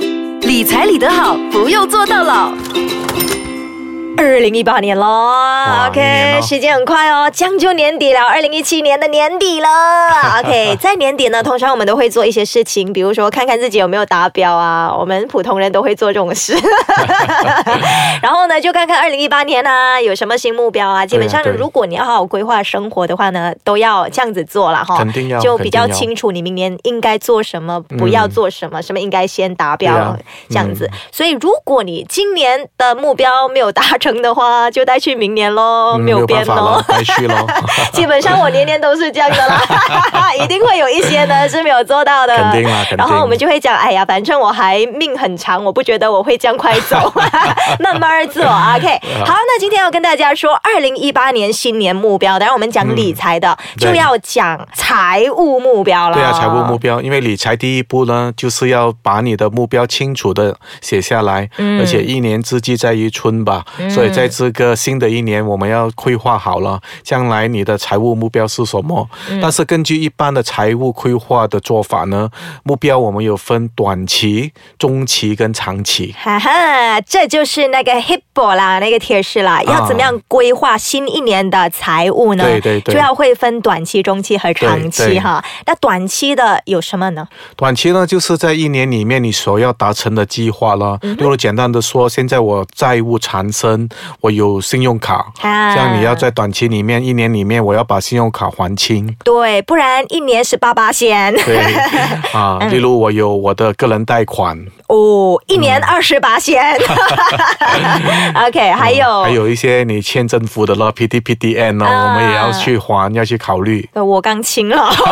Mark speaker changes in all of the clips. Speaker 1: 理财理得好，不用做到老。
Speaker 2: 二零一八年喽
Speaker 3: 明年
Speaker 2: ，OK，
Speaker 3: 咯
Speaker 2: 时间很快哦，将就年底了，二零一七年的年底 了，OK，在年底呢，通常我们都会做一些事情，比如说看看自己有没有达标啊，我们普通人都会做这种 事，然后呢，就看看二零一八年啊有什么新目标啊，基本上
Speaker 3: 对啊对
Speaker 2: 如果你要好好规划生活的话呢，都要这样子做了哈，
Speaker 3: 肯定要
Speaker 2: 哦就比较
Speaker 3: 肯定要嗯
Speaker 2: 清楚你明年应该做什么，不要做什么，什么应该先达标、
Speaker 3: 对啊
Speaker 2: 这样子。所以，如果你今年的目标没有达成的话， 就带去明年喽，
Speaker 3: 嗯
Speaker 2: 没有变
Speaker 3: 办法
Speaker 2: 喽
Speaker 3: 了，。该去喽，
Speaker 2: 基本上我年年都是这样的 啦， 一定会有一些呢是没有做到的。
Speaker 3: 肯定啦，肯定。
Speaker 2: 嗯然后我们就会讲，哎呀，反正我还命很长，我不觉得我 会这样快走，慢慢儿做。OK，好， 那今天要跟大家说，二零一八年新年目标，当然我们讲理财的，
Speaker 3: 嗯对
Speaker 2: 就要讲财务目标了。
Speaker 3: 对啊，财务目标，因为理财第一步呢，就是要把你的目标清楚的写下来，
Speaker 2: 嗯
Speaker 3: 而且一年之计在于春吧，所以在这个新的一年，我们要规划好了，将来你的财务目标是什么。
Speaker 2: 嗯
Speaker 3: 但是根据一般的财务规划的做法呢，目标我们有分短期、中期跟长期。
Speaker 2: 哈哈，这就是那个 Hippo 啦，那个贴士啦，要怎么样规划新一年的财务呢？
Speaker 3: 啊对对对
Speaker 2: 就要会分短期、中期和长
Speaker 3: 对
Speaker 2: 期
Speaker 3: 对
Speaker 2: 哈。那短期的有什么呢？
Speaker 3: 短期呢，就是在一年里面你所要达成的计划了。
Speaker 2: 嗯
Speaker 3: 例如简单的说，现在我债务缠身，我有信用卡，
Speaker 2: 啊
Speaker 3: 这样你要在短期里面一年里面，我要把信用卡还清。
Speaker 2: 对，不然一年十八八千
Speaker 3: 对啊，
Speaker 2: 嗯
Speaker 3: 例如我有我的个人贷款，
Speaker 2: 哦，一
Speaker 3: 嗯
Speaker 2: 年二十八 千。OK，还有、
Speaker 3: 啊嗯还有一些你欠政府的了 P D P D N 哦，
Speaker 2: 啊
Speaker 3: 我们也要去还，要去考虑。
Speaker 2: 呃，我刚清了， 不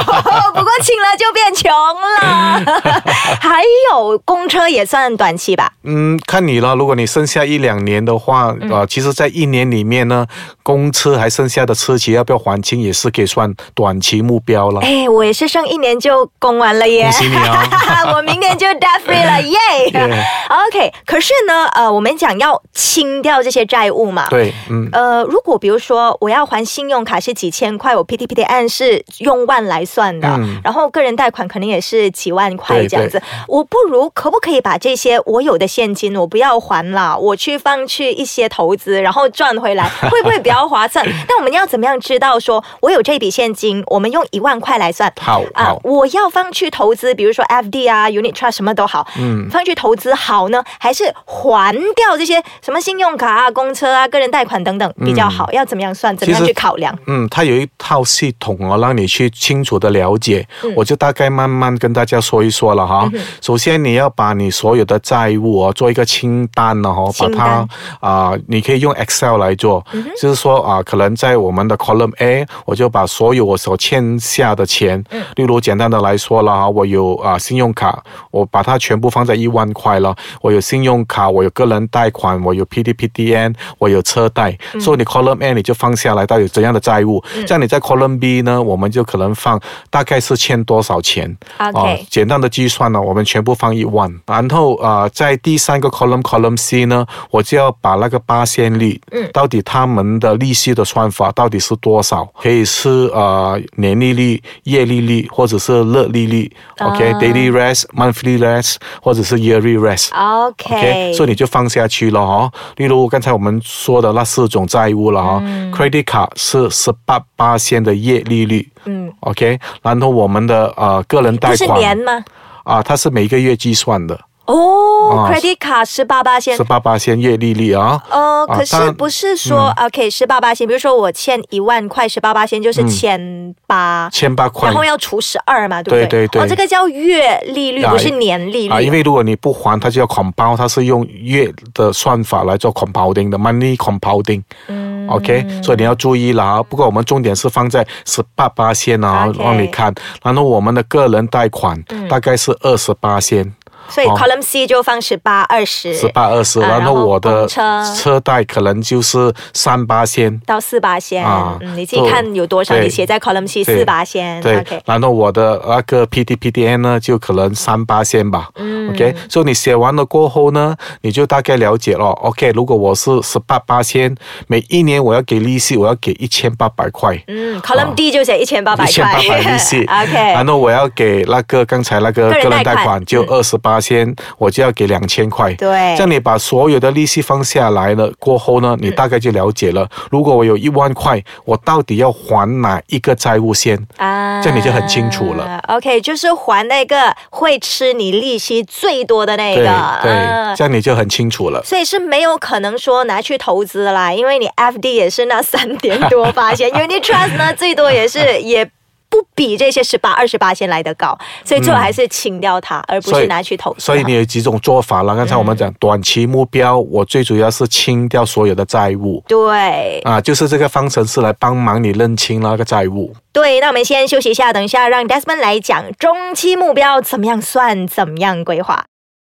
Speaker 2: 过清了就变穷 了。还有公车也算短期吧？
Speaker 3: 嗯，看你了。如果你剩下一两年的话，
Speaker 2: 嗯
Speaker 3: 呃，其实，在一年里面呢，公车还剩下的车期要不要还清，也是可以算短期目标了。
Speaker 2: 哎，我也是剩一年就供完了耶。
Speaker 3: 恭喜你啊！
Speaker 2: 我明年就 debt free 了， 耶、
Speaker 3: 耶
Speaker 2: OK，可是呢，呃，我们讲要清掉这些债务嘛。。
Speaker 3: 对，嗯，
Speaker 2: 呃，如果比如说我要还信用卡是几千块，我 PTPT 案是用万来算的，
Speaker 3: 嗯
Speaker 2: 然后个人贷款可能也是几万块
Speaker 3: 对
Speaker 2: 这样子，我不如可不可以把这些我有的现金我不要还了，我去放去一些投资，然后赚回 来，会不会比较划算？但我们要怎么样知道说我有这笔现金？我们用一万块来算，
Speaker 3: 好
Speaker 2: 啊
Speaker 3: 好，，
Speaker 2: 我要放去投资，比如说 FD 啊、Unit Trust 什么都好，嗯，放去投资好呢，还是还掉这些什么信用卡啊、公车啊、个人贷款等等比较好？要怎么样算？怎么样
Speaker 3: 嗯其
Speaker 2: 去
Speaker 3: 实
Speaker 2: 考量？
Speaker 3: 嗯，它有一套系统哦，让你去清楚的了解。
Speaker 2: 嗯
Speaker 3: 我就大概慢慢跟大家说一说了哈。首先，你要把你所有的债务哦做一个清单了哦，把
Speaker 2: 清
Speaker 3: 它
Speaker 2: 单
Speaker 3: 啊、你可以用 Excel 来做，就是说啊、可能在我们的 Column A，我就把所有我所欠下的钱，例如简单的来说了哈，我有啊、信用卡，我把它全部放在一万块了，我有信用卡，我有个人贷款，我有 PDPDN，我有车贷，所以你 Column A 你就放下来，到底有怎样的债务？这样你在 Column B 呢，我们就可能放大概是欠多少钱
Speaker 2: OK
Speaker 3: 哦简单的计算呢，我们全部放一万，然后啊、呃在第三个 column column C 呢，我就要把那个八仙率，嗯，到底他们的利息的算法到底是多少？可以是呃年利率、月利率，或者是日利率、
Speaker 2: 啊
Speaker 3: o k daily rest、monthly rest，或者是 yearly rest。
Speaker 2: OK，,
Speaker 3: 所以你就放下去了哦。例如刚才我们说的那四种债务了哦、c
Speaker 2: 嗯
Speaker 3: r e d i t 卡是十八八仙的月利率，嗯，OK，然后我们的呃个人贷
Speaker 2: 不
Speaker 3: 款
Speaker 2: 是年吗？
Speaker 3: 啊，它是每个月计算的，
Speaker 2: 哦、
Speaker 3: 啊
Speaker 2: c r e d i t 卡十八八先
Speaker 3: 是。八八先月利率啊。
Speaker 2: 呃，
Speaker 3: 啊嗯
Speaker 2: 可是
Speaker 3: 当然
Speaker 2: 不是说、OK 十八八先，比如说我欠一万块，十八八先就是千八、
Speaker 3: 嗯千八块
Speaker 2: 然后要除十二嘛，对不对？
Speaker 3: 对对对
Speaker 2: 哦，这个叫月利率，
Speaker 3: 啊
Speaker 2: 不是年利率。
Speaker 3: 啊，因为如果你不还，它就要 compound，它是用月的算法来做 compounding 的 money compounding。嗯，OK，所以你要注意啦。不过我们重点是放在十八八先啊，
Speaker 2: OK 嗯
Speaker 3: 让你看。然后我们的个人贷款大概是二十八先。
Speaker 2: 所以
Speaker 3: 哦
Speaker 2: column C 就放十八二十，
Speaker 3: 十八二十，
Speaker 2: 啊
Speaker 3: 然后我的
Speaker 2: 公车
Speaker 3: 车贷可能就是三八先，
Speaker 2: 到四八先
Speaker 3: 啊，
Speaker 2: 嗯，你自己看有多少，
Speaker 3: 对
Speaker 2: 你写在 column C
Speaker 3: 对
Speaker 2: 四八先
Speaker 3: 对
Speaker 2: ，OK。
Speaker 3: 然后我的那个 P D P D N 呢，就可能三八线吧。OK，
Speaker 2: 嗯
Speaker 3: 所以你写完了过后呢，你就大概了解了。OK，如果我是十八八线，每一年我要给利息，我要给一千八百块。
Speaker 2: 嗯，column D 就写一千八百
Speaker 3: 啊一千啊
Speaker 2: 块
Speaker 3: 八百利息
Speaker 2: ，OK。
Speaker 3: 然后我要给那个刚才那
Speaker 2: 个
Speaker 3: 个
Speaker 2: 人
Speaker 3: 个
Speaker 2: 贷
Speaker 3: 人贷
Speaker 2: 款嗯
Speaker 3: 款就二十八八先，我就要给两千块。
Speaker 2: 对
Speaker 3: 这样你把所有的利息放下来了过后呢，
Speaker 2: 嗯
Speaker 3: 你大概就了解了。如果我有一万块，我到底要还哪一个债务先？
Speaker 2: 啊
Speaker 3: 这样你就很清楚了。
Speaker 2: OK，就是还那个会吃你利息最多的那
Speaker 3: 对
Speaker 2: 个，
Speaker 3: 对，
Speaker 2: 嗯
Speaker 3: 这样你就很清楚了。
Speaker 2: 所以是没有可能说拿去投资啦，因为你 FD 也是那三点多八 千，Unit Trust 呢最多也是也。不比这些十八、二十八千来的高，所以最好还是清掉它，而不
Speaker 3: 所
Speaker 2: 是
Speaker 3: 以
Speaker 2: 拿去投资哈。
Speaker 3: 所以你有几种做法了。刚才我们讲短期目标，我最主要是清掉所有的债务。
Speaker 2: 对
Speaker 3: 啊，就是这个方程式来帮忙你认清那个债务。
Speaker 2: 对，那我们先休息一下，等一下让 Desmond 来讲中期目标怎么样算，怎么样规划。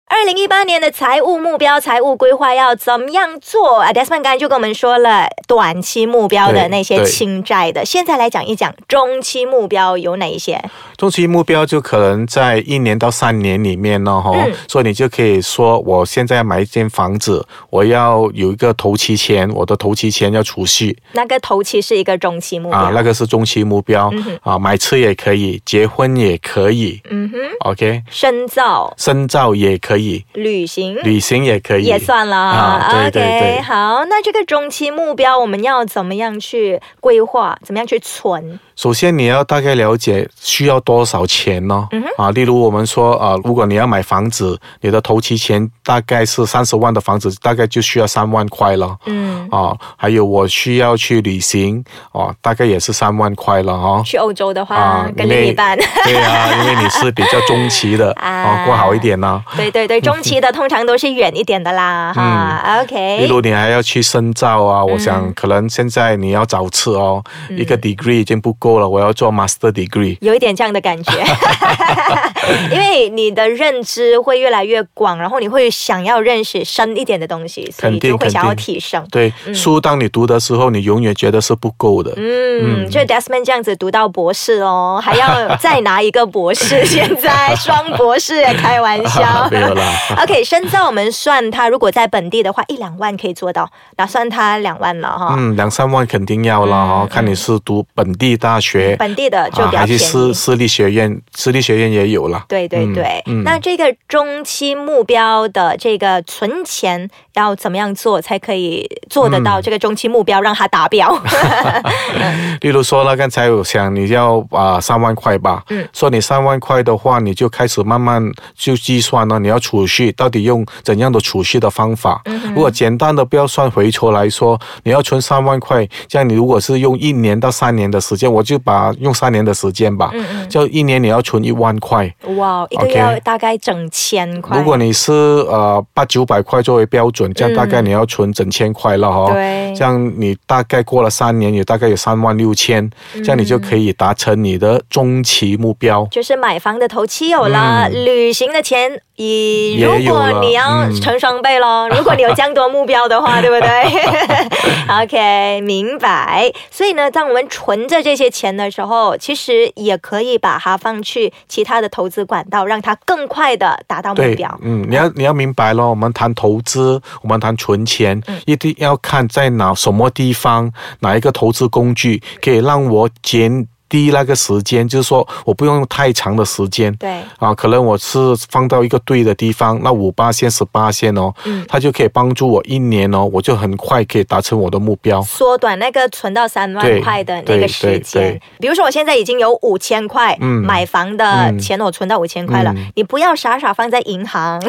Speaker 2: 二零一八年的财务目标、财务规划要怎么样做啊？Desmond 刚才就跟我们说了短期目标的
Speaker 3: 对
Speaker 2: 那些
Speaker 3: 对
Speaker 2: 清债的，现在来讲一讲中期目标有哪一些？
Speaker 3: 中期目标就可能在一年到三年里面呢，哈、
Speaker 2: 嗯
Speaker 3: 所以你就可以说，我现在要买一间房子，我要有一个头期钱，我的头期钱要储蓄
Speaker 2: 那个头期是一个中期目标，
Speaker 3: 啊，那个是中期目标、啊，买车也可以，结婚也可以、
Speaker 2: 嗯哼，
Speaker 3: o k
Speaker 2: 深造、
Speaker 3: 深造也可以，
Speaker 2: 旅行。
Speaker 3: 旅行也可
Speaker 2: 嗯
Speaker 3: 以，
Speaker 2: 也算啦、
Speaker 3: 啊对对
Speaker 2: o k
Speaker 3: 对
Speaker 2: 好，那这个中期目标我们要怎么样去规划？怎么样去存？
Speaker 3: 首先你要大概了解需要多少钱呢？
Speaker 2: 嗯
Speaker 3: 啊，例如我们说啊、呃如果你要买房子，你的头期钱大概是三十万的房子，大概就需要三万块了。
Speaker 2: 嗯，
Speaker 3: 啊，还有我需要去旅行，哦、大概也是三万块了哦。
Speaker 2: 去欧洲的话，
Speaker 3: 啊，
Speaker 2: 跟
Speaker 3: 因
Speaker 2: 另
Speaker 3: 为
Speaker 2: 一半。
Speaker 3: 对啊，因为你是比较中 期的，
Speaker 2: 啊
Speaker 3: 啊，过好一点呢、
Speaker 2: 对对 对，中期的通常都是远一点的啦，哈啊
Speaker 3: 例
Speaker 2: ，OK，
Speaker 3: 嗯如你还要去深造啊，
Speaker 2: 嗯
Speaker 3: 我想可能现在你要找次哦，一个 degree 已经不够了，我要做 master degree。
Speaker 2: 有一点这样的感 觉， 因为你的认知会越来越广，然后你会想要认识深一点的东西，所以
Speaker 3: 肯定
Speaker 2: 就会想要
Speaker 3: 肯定
Speaker 2: 提升。
Speaker 3: 对，书当你读的时候，你永远觉得是不够的。。
Speaker 2: 嗯，就 Desmond 这样子读到博士哦，还要再拿一个博士，现在双博士，开玩笑
Speaker 3: 没 有啦。
Speaker 2: OK，深造我们算它，如果在本地的话，一两万可以做到，那算它两万了哈。
Speaker 3: 嗯，两三万肯定要了哦，看你是读本地大学，
Speaker 2: 嗯本地的就
Speaker 3: 啊
Speaker 2: 比较
Speaker 3: 还
Speaker 2: 便
Speaker 3: 是
Speaker 2: 宜。
Speaker 3: 私私立学院，私立学院也有了。
Speaker 2: 对对对，
Speaker 3: 嗯嗯
Speaker 2: 那这个中期目标的这个存钱要怎么样做才可以做得
Speaker 3: 嗯
Speaker 2: 到这个中期目标，让它达 标？ 嗯
Speaker 3: 例如说呢，刚才我想你要啊三、万块吧，
Speaker 2: 嗯，
Speaker 3: 说你三万块的话，你就开始慢慢就计算了，你要储蓄到底用怎样的储蓄的方法？
Speaker 2: 嗯
Speaker 3: 如果简单的不要算回头来说，你要存三万块，这样你如果是用一年到三年的时间，我就把用三年的时间吧，
Speaker 2: 嗯嗯
Speaker 3: 就一年你要存一万块。
Speaker 2: 哇，一个
Speaker 3: OK
Speaker 2: 月要大概整千块。
Speaker 3: 如果你是呃八九百块作为标准，这样大概你要存整千块了哦。
Speaker 2: 对
Speaker 3: 这样你大概过了三年，也大概有三万六千，
Speaker 2: 嗯
Speaker 3: 这样你就可以达成你的中期目标。
Speaker 2: 就是买房的头期有了，旅行的钱以
Speaker 3: 嗯也
Speaker 2: 如
Speaker 3: 有
Speaker 2: 果
Speaker 3: 了
Speaker 2: 你要
Speaker 3: 嗯
Speaker 2: 成双倍咯，如果你有这样多目标的 话，对不对？OK，明白。所以呢，当我们存着这些钱的时候，其实也可以把它放去其他的投资管道，让它更快的达到目
Speaker 3: 对
Speaker 2: 标，。
Speaker 3: 嗯，你要你要明白咯，我们谈投资，我们谈存钱，
Speaker 2: 嗯
Speaker 3: 一定要看在哪什么地方，哪一个投资工具可以让我减低那个时间，就是说我不用太长的时间。
Speaker 2: 对，
Speaker 3: 啊，可能我是放到一个对的地方，那五八线、十八线哦，它就可以帮助我一年哦，我就很快可以达成我的目标。
Speaker 2: 缩短那个存到三万
Speaker 3: 对
Speaker 2: 块的那个时
Speaker 3: 对对
Speaker 2: 间
Speaker 3: 对。
Speaker 2: 比如说，我现在已经有五千块、
Speaker 3: 嗯
Speaker 2: 买房的钱，我存到五千块了，你不要傻傻放在银行，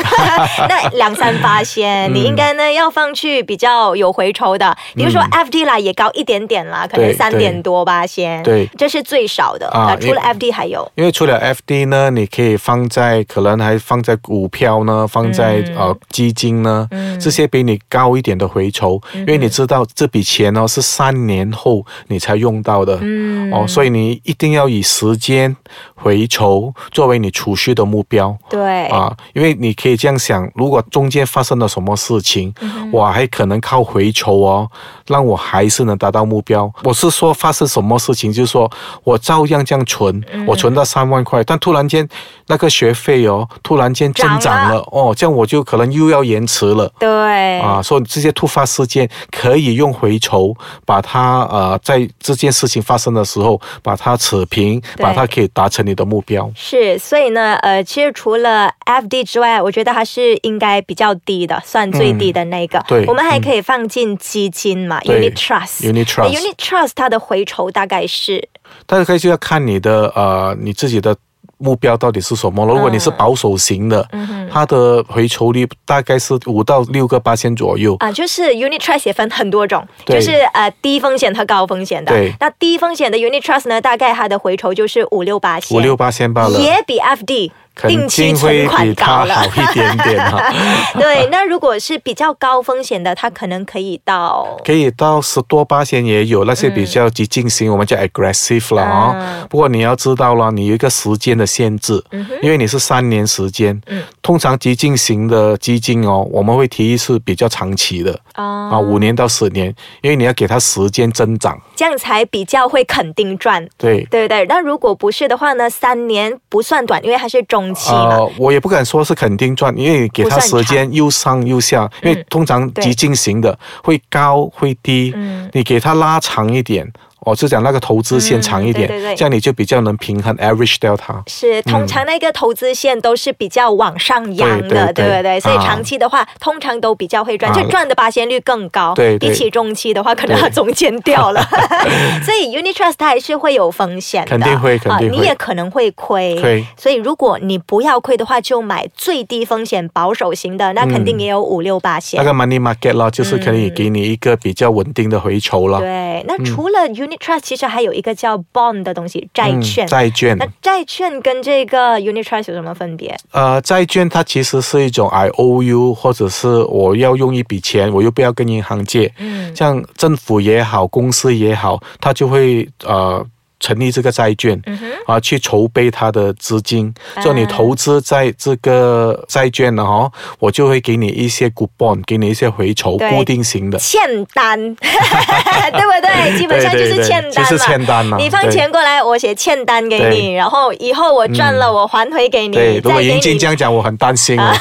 Speaker 2: 那两三八
Speaker 3: 嗯
Speaker 2: 先，你应该呢要放去比较有回酬的，比如说 FD 啦，也高一点点啦，可能
Speaker 3: 嗯对
Speaker 2: 三点多八先，
Speaker 3: 对
Speaker 2: 这是最少的
Speaker 3: 啊
Speaker 2: 啊，除了
Speaker 3: 因
Speaker 2: FD 还有。
Speaker 3: 因为除了 FD 呢，你可以放在可能还放在股票呢，放在、呃基金呢，这些比你高一点的回酬，因为你知道这笔钱呢是三年后你才用到的，嗯，哦，所以你一定要以时间回酬作为你储蓄的目标。
Speaker 2: 对，
Speaker 3: 啊，因为你可以这样想，如果中间发生了什么事情，
Speaker 2: 嗯
Speaker 3: 我还可能靠回酬哦，让我还是能达到目标。我是说发生什么事情，就是说我照样这样存，
Speaker 2: 嗯
Speaker 3: 我存到三万块，但突然间那个学费哦，突然间增
Speaker 2: 涨
Speaker 3: 长
Speaker 2: 了
Speaker 3: 了哦，这样我就可能又要延迟了。
Speaker 2: 对对，
Speaker 3: 啊，所以这些突发事件可以用回酬把它呃，在这件事情发生的时候把它扯平，
Speaker 2: 对
Speaker 3: 把它可以达成你的目标。
Speaker 2: 是，所以呢，呃，其实除了 FD 之外，我觉得它是应该比较低的，算最低的那个。
Speaker 3: 嗯对嗯
Speaker 2: 我们还可以放进基金嘛
Speaker 3: 对
Speaker 2: ，Unit Trust。
Speaker 3: Unit
Speaker 2: u
Speaker 3: Trust，
Speaker 2: n i t Trust 它的回酬大概是
Speaker 3: 但是可以就要看你的呃你自己的目标到底是什么了。如果你是保守型的，
Speaker 2: 嗯
Speaker 3: 它的回酬率大概是五到六个八千左右。
Speaker 2: 啊、就是 Unit Trust 也分很多种，
Speaker 3: 对
Speaker 2: 就是呃低风险和高风险的
Speaker 3: 对。
Speaker 2: 那低风险的 Unit Trust 呢，大概它的回酬就是五六八千，
Speaker 3: 五六八千罢了，
Speaker 2: 也比 FD
Speaker 3: 肯
Speaker 2: 定期
Speaker 3: 定
Speaker 2: 存
Speaker 3: 会
Speaker 2: 款
Speaker 3: 比
Speaker 2: 高
Speaker 3: 它
Speaker 2: 了
Speaker 3: 好。一点 点啊，
Speaker 2: 对，那如果是比较高风险的，它可能可以到
Speaker 3: 可以到十多八千也有，那些比较激进型，我们叫 aggressive 了啊、
Speaker 2: 嗯
Speaker 3: 不过你要知道了，你有一个时间的限制，因为你是三年时间。通常激进型的基金哦，我们会提议是比较长期的
Speaker 2: 啊、
Speaker 3: 啊，五年到十年，因为你要给它时间增长。
Speaker 2: 这样才比较会肯定赚，
Speaker 3: 对，
Speaker 2: 对不对？那如果不是的话呢，三年不算短，因为它是中期嘛。
Speaker 3: 呃，我也不敢说是肯定赚，因为你给它
Speaker 2: 不算
Speaker 3: 时间又上又下，因
Speaker 2: 嗯
Speaker 3: 为通常
Speaker 2: 对
Speaker 3: 急进型的会高会低，
Speaker 2: 嗯
Speaker 3: 你给它拉长一点，我就讲那个投资线长一点，
Speaker 2: 嗯对对对
Speaker 3: 这样你就比较能平衡 average 掉它。
Speaker 2: 是，通常那个投资线都是比较往上扬的，
Speaker 3: 对对对
Speaker 2: 不对？所以
Speaker 3: 啊
Speaker 2: 长期的话，通常都比较会赚，
Speaker 3: 啊
Speaker 2: 就赚的八仙率更高。
Speaker 3: 对对
Speaker 2: 比起中期的话，可能
Speaker 3: 对
Speaker 2: 它中间掉了。 所以 unit trust 它还是会有风险的，
Speaker 3: 肯定会肯定会
Speaker 2: 啊，你也可能会亏。
Speaker 3: 亏
Speaker 2: 所以如果你不要亏的话，就买最低风险保守型的，那肯
Speaker 3: 嗯
Speaker 2: 定也有五六八险
Speaker 3: 那。个 money market 啦，就是可以给你一个比较稳定的回酬了。
Speaker 2: 嗯对，那除了 unit trust，其实还有一个叫 bond 的东西，债
Speaker 3: 嗯
Speaker 2: 券。
Speaker 3: 债券
Speaker 2: 那，债券跟这个 unit trust 有什么分别？
Speaker 3: 呃，债券它其实是一种 I O U，或者是我要用一笔钱，我又不要跟银行借，
Speaker 2: 嗯，
Speaker 3: 像政府也好，公司也好，它就会呃成立这个债券，
Speaker 2: 嗯
Speaker 3: 啊，去筹备它的资金。
Speaker 2: 啊
Speaker 3: 就你投资在这个债券了哦，我就会给你一些 coupon，给你一些回酬，
Speaker 2: 对
Speaker 3: 固定型的。
Speaker 2: 欠单， 对 不对？基本上就是欠单嘛。
Speaker 3: 就是欠单嘛。
Speaker 2: 你放
Speaker 3: 对
Speaker 2: 钱过来，我写欠单给你，
Speaker 3: 对嗯
Speaker 2: 然后以后我赚了，我还回给你，
Speaker 3: 对，如
Speaker 2: 再
Speaker 3: 果
Speaker 2: 给
Speaker 3: 银金
Speaker 2: 你
Speaker 3: 这。样讲，我很担 心哦。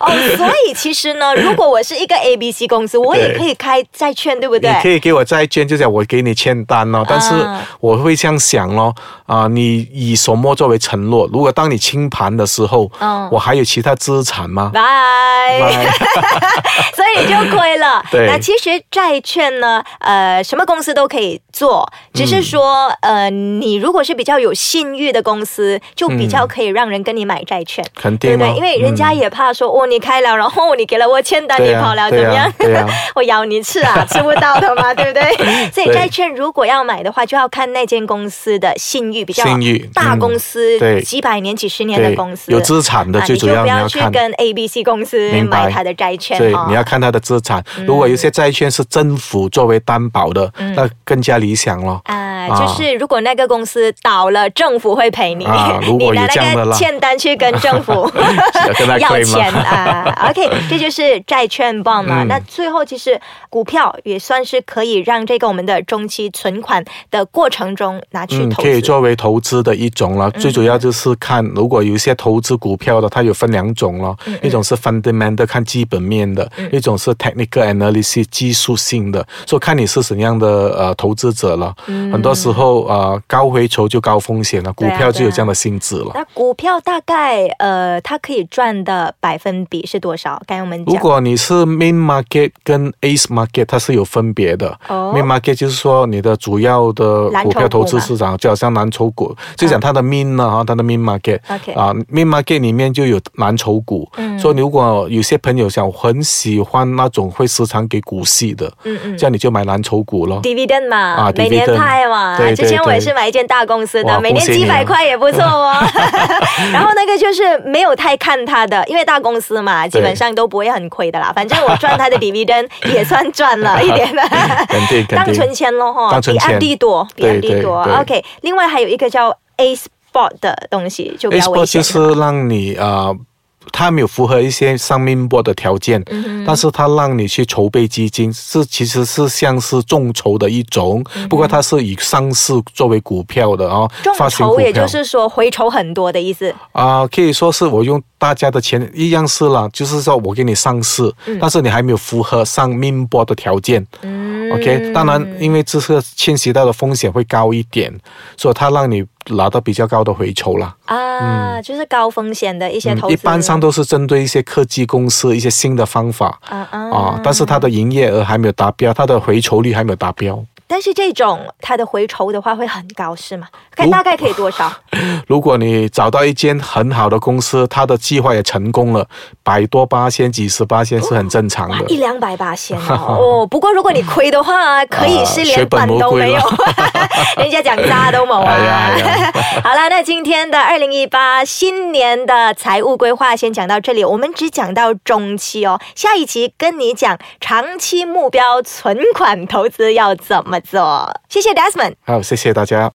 Speaker 2: 哦，所以其实呢， 如果我是一个 A B C 公司，我也可以开债券，对不嗯
Speaker 3: 你
Speaker 2: 对？
Speaker 3: 可以给我债券，就讲我给你欠单咯。但是我会这样想咯，啊、你以什么作为承诺？如果当你清盘的时候，
Speaker 2: 嗯
Speaker 3: 我还有其他资产吗？
Speaker 2: 拜。所以你就亏了。
Speaker 3: 对
Speaker 2: 那其实债券呢，呃，什么公司都可以做，只
Speaker 3: 嗯
Speaker 2: 是说，呃，你如果是比较有信誉的公司，就比较可以让人跟你买债券。
Speaker 3: 肯
Speaker 2: 对
Speaker 3: 定
Speaker 2: 不
Speaker 3: 嗯吗？
Speaker 2: 对？因为人家
Speaker 3: 嗯
Speaker 2: 也怕说、哦，你开了，然后你给了我欠单，
Speaker 3: 对
Speaker 2: 你
Speaker 3: 啊
Speaker 2: 跑了，怎
Speaker 3: 对
Speaker 2: 么样
Speaker 3: 啊？对啊
Speaker 2: 我咬你吃啊，吃不到的嘛， 对不对？所以
Speaker 3: 对
Speaker 2: 债券如果要买的话，就要看那间公司的信誉比较
Speaker 3: 信誉
Speaker 2: 大
Speaker 3: 嗯
Speaker 2: 公司，
Speaker 3: 对
Speaker 2: 几百年、几十年的
Speaker 3: 对
Speaker 2: 公司，
Speaker 3: 有资产的
Speaker 2: 啊，
Speaker 3: 最主
Speaker 2: 你就
Speaker 3: 要
Speaker 2: 不
Speaker 3: 你
Speaker 2: 要
Speaker 3: 要
Speaker 2: 去
Speaker 3: 看。
Speaker 2: 跟 A、B、C 公司
Speaker 3: 明白
Speaker 2: 买它的债券
Speaker 3: 对
Speaker 2: 哦，嗯
Speaker 3: 你要看它的资产。如果有些债券是政府作为担保的，那更加理想咯。
Speaker 2: 啊，
Speaker 3: 啊
Speaker 2: 就是如果那个公司倒了，政府会赔你，
Speaker 3: 啊如
Speaker 2: 你
Speaker 3: 果
Speaker 2: 拿
Speaker 3: 有这样
Speaker 2: 那
Speaker 3: 的
Speaker 2: 个
Speaker 3: 啦
Speaker 2: 欠单去跟政 府
Speaker 3: 要跟 他
Speaker 2: 要
Speaker 3: claim 吗
Speaker 2: 钱 啊。OK，这就是债券 bond 嘛。
Speaker 3: 嗯
Speaker 2: 那最后其实股票也算是可以让这个我们的中期存款的过程中拿去
Speaker 3: 嗯，
Speaker 2: 投
Speaker 3: 可以
Speaker 2: 资。嗯
Speaker 3: 作为投资的一种了。最主要就是看，如果有一些投资股票的，它有分两种咯，
Speaker 2: 嗯
Speaker 3: 一种是 fundamental 看基本面的，一种是 technical analysis 技术性的，所以看你是怎样的呃投资者了。很多时候呃高回酬就高风险了，股
Speaker 2: 嗯对啊
Speaker 3: 票就有
Speaker 2: 对啊
Speaker 3: 这样的性质了。
Speaker 2: 那股票大概呃，它可以赚的百分比是多少？刚才我们
Speaker 3: 如
Speaker 2: 讲，
Speaker 3: 果你是 main market 跟 ace market，它是有分别的。
Speaker 2: 哦
Speaker 3: main market 就是说你的主要的
Speaker 2: 蓝筹
Speaker 3: 股票投资
Speaker 2: 股嘛
Speaker 3: 市场，就好像蓝筹股，就讲它的 main 呢、哈，它的 main market。
Speaker 2: OK
Speaker 3: 啊，main market 里面就有蓝筹股。
Speaker 2: 嗯
Speaker 3: 所以如果有些朋友想我很喜欢那种会时常给股息的，
Speaker 2: 嗯嗯。
Speaker 3: 这样你就买蓝筹股 咯。
Speaker 2: dividend 嘛，
Speaker 3: 啊
Speaker 2: 每年
Speaker 3: dividend
Speaker 2: 派嘛。
Speaker 3: 对对
Speaker 2: 之前我也
Speaker 3: 对
Speaker 2: 是买一间大公司的，
Speaker 3: 哇
Speaker 2: 每年
Speaker 3: 恭喜
Speaker 2: 几
Speaker 3: 你啊
Speaker 2: 百块也不错 哦。 然后那个就是没有太看它的，因为大公司嘛，基本上都不会很亏的啦。反正我赚它的 dividend 也算赚了一点了。
Speaker 3: 肯定肯定。
Speaker 2: 当存钱咯，哈，
Speaker 3: 当
Speaker 2: 比
Speaker 3: 存钱
Speaker 2: FD 多，比
Speaker 3: 对
Speaker 2: FD 多
Speaker 3: 对。对
Speaker 2: OK，另外还有一个叫 A spot 的东西就比
Speaker 3: A
Speaker 2: 较
Speaker 3: sport
Speaker 2: 危险
Speaker 3: 就
Speaker 2: 了。
Speaker 3: 是让你呃它没有符合一些上面波的条件，
Speaker 2: 嗯
Speaker 3: 但是它让你去筹备基金，是其实是像是众筹的一种，不过它是以上市作为股票的哦，发
Speaker 2: 嗯众
Speaker 3: 行股
Speaker 2: 筹
Speaker 3: 票。
Speaker 2: 也就是说回筹很多的意思。
Speaker 3: 啊、可以说是我用大家的钱一样是啦，就是说我给你上市，
Speaker 2: 嗯
Speaker 3: 但是你还没有符合上命波的条件。OK，当
Speaker 2: 嗯
Speaker 3: 然，因为这是牵涉到的风险会高一点，所以它让你拿到比较高的回酬啦。
Speaker 2: 啊，就是高风险的一些投资。
Speaker 3: 嗯一般上都是针对一些科技公司一些新的方法
Speaker 2: 啊啊
Speaker 3: 啊，但是它的营业额还没有达标，它的回酬率还没有达标。
Speaker 2: 但是这种它的回酬的话会很高，是吗？看
Speaker 3: 如
Speaker 2: 大概可以多 少？
Speaker 3: 如果你找到一间很好的公司，它的计划也成功了，百多八千、几十八千是很正常的。
Speaker 2: 一两百八千 哦。哦不过如果你亏的话，可以是连本都没有
Speaker 3: 啊血，
Speaker 2: 人家讲渣都冇啊。
Speaker 3: 哎呀哎呀
Speaker 2: 好了，那今天的二零一八新年的财务规划先讲到这里，我们只讲到中期哦。下一期跟你讲长期目标存款投资要怎么做。谢谢 Desmond。
Speaker 3: 好，谢谢大家。